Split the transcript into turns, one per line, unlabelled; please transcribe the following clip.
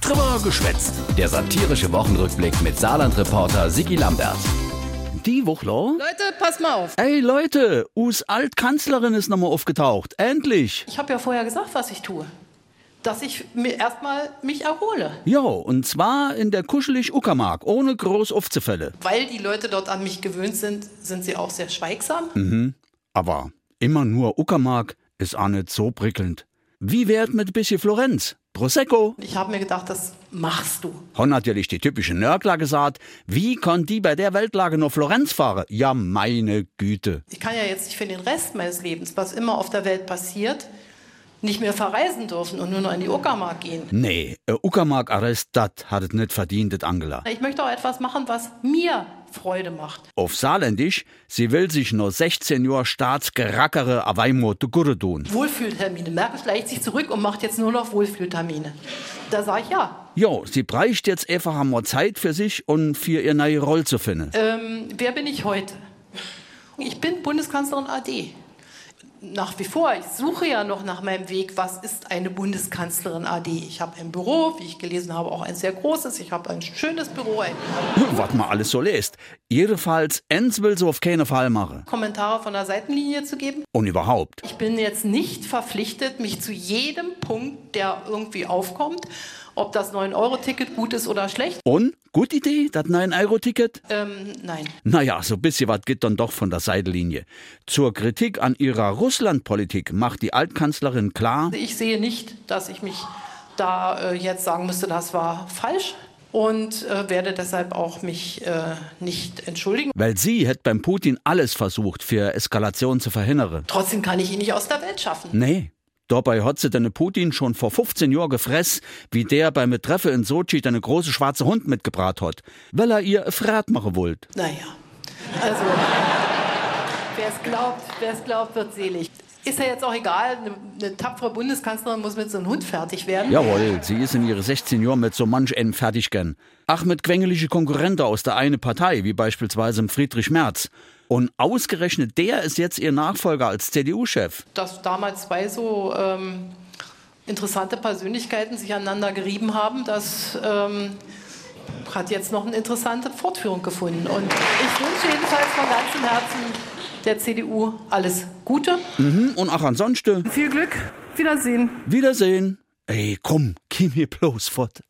Drüber geschwätzt. Der satirische Wochenrückblick mit Saarland-Reporter Sigi Lambert.
Die Wuchler?
Leute, passt mal auf.
Ey Leute, US Altkanzlerin ist nochmal aufgetaucht. Endlich!
Ich habe ja vorher gesagt, was ich tue. Dass ich mir erstmal mich erhole,
Jo, und zwar in der kuschelig Uckermark, ohne groß Aufzufälle.
weil die Leute dort an mich gewöhnt sind, sind sie auch sehr schweigsam.
Aber immer nur Uckermark ist auch nicht so prickelnd. Wie wär's mit bisschen Florenz? Prosecco?
Ich habe mir gedacht, das machst du.
Hon natürlich die typische Nörgler gesagt. Wie kann die bei der Weltlage nur Florenz fahren? Ja, meine Güte.
Ich kann ja jetzt nicht für den Rest meines Lebens, was immer auf der Welt passiert, nicht mehr verreisen dürfen und nur noch in die Uckermark gehen.
Nee, äh, Uckermark-Arrest, das hat es nicht verdient, das Angela.
Ich möchte auch etwas machen, was mir Freude macht.
Auf Saarländisch, sie will sich nur 16 Jahre Staatsgerackere Aweimo de Gurre tun.
Wohlfühltermine. Merkel schleicht sich zurück und macht jetzt nur noch Wohlfühltermine. Da sage ich ja.
Jo, sie bräucht jetzt einfach einmal Zeit für sich und für ihr neue Roll zu finden.
Ähm, wer bin ich heute? Ich bin Bundeskanzlerin AD. Nach wie vor, ich suche ja noch nach meinem Weg, was ist eine Bundeskanzlerin AD? Ich habe ein Büro, wie ich gelesen habe, auch ein sehr großes. Ich habe ein schönes Büro, ein
Hm, Was man alles so lest. Jedenfalls, Enz will so auf keinen Fall machen.
Kommentare von der Seitenlinie zu geben.
Und überhaupt.
Ich bin jetzt nicht verpflichtet, mich zu jedem Punkt, der irgendwie aufkommt, ob das 9-Euro-Ticket gut ist oder schlecht,
Und, gute Idee, das 9-Euro-Ticket?
ähm, nein.
Naja, so ein bisschen was geht dann doch von der Seitenlinie. Zur Kritik an ihrer Russlandpolitik macht die Altkanzlerin klar,
Ich sehe nicht, dass ich mich da äh, jetzt sagen müsste, das war falsch und äh, werde deshalb auch mich äh, nicht entschuldigen.
weil sie hätte beim Putin alles versucht, für Eskalation zu verhindern.
Trotzdem kann ich ihn nicht aus der Welt schaffen.
Nee. Dabei hat sie den Putin schon vor 15 Jahren gefressen, wie der beim Treffen in Sochi den großen schwarzen Hund mitgebracht hat, weil er ihr Frat machen wollte.
Naja, also wer es glaubt, wer es glaubt, wird selig. Ist ja jetzt auch egal, eine, eine tapfere Bundeskanzlerin muss mit so einem Hund fertig werden.
Jawohl, sie ist in ihre 16 Jahren mit so manch einen fertig gern. Ach, mit quengelige Konkurrenten aus der einen Partei, wie beispielsweise im Friedrich Merz. Und ausgerechnet der ist jetzt ihr Nachfolger als CDU-Chef.
Dass damals zwei so ähm, interessante Persönlichkeiten sich aneinander gerieben haben, das ähm, hat jetzt noch eine interessante Fortführung gefunden. Und ich wünsche jedenfalls von ganzem Herzen der CDU alles Gute.
Hm, und ach, ansonsten,
Viel Glück, Wiedersehen.
Wiedersehen. Ey, komm, geh mir bloß fort.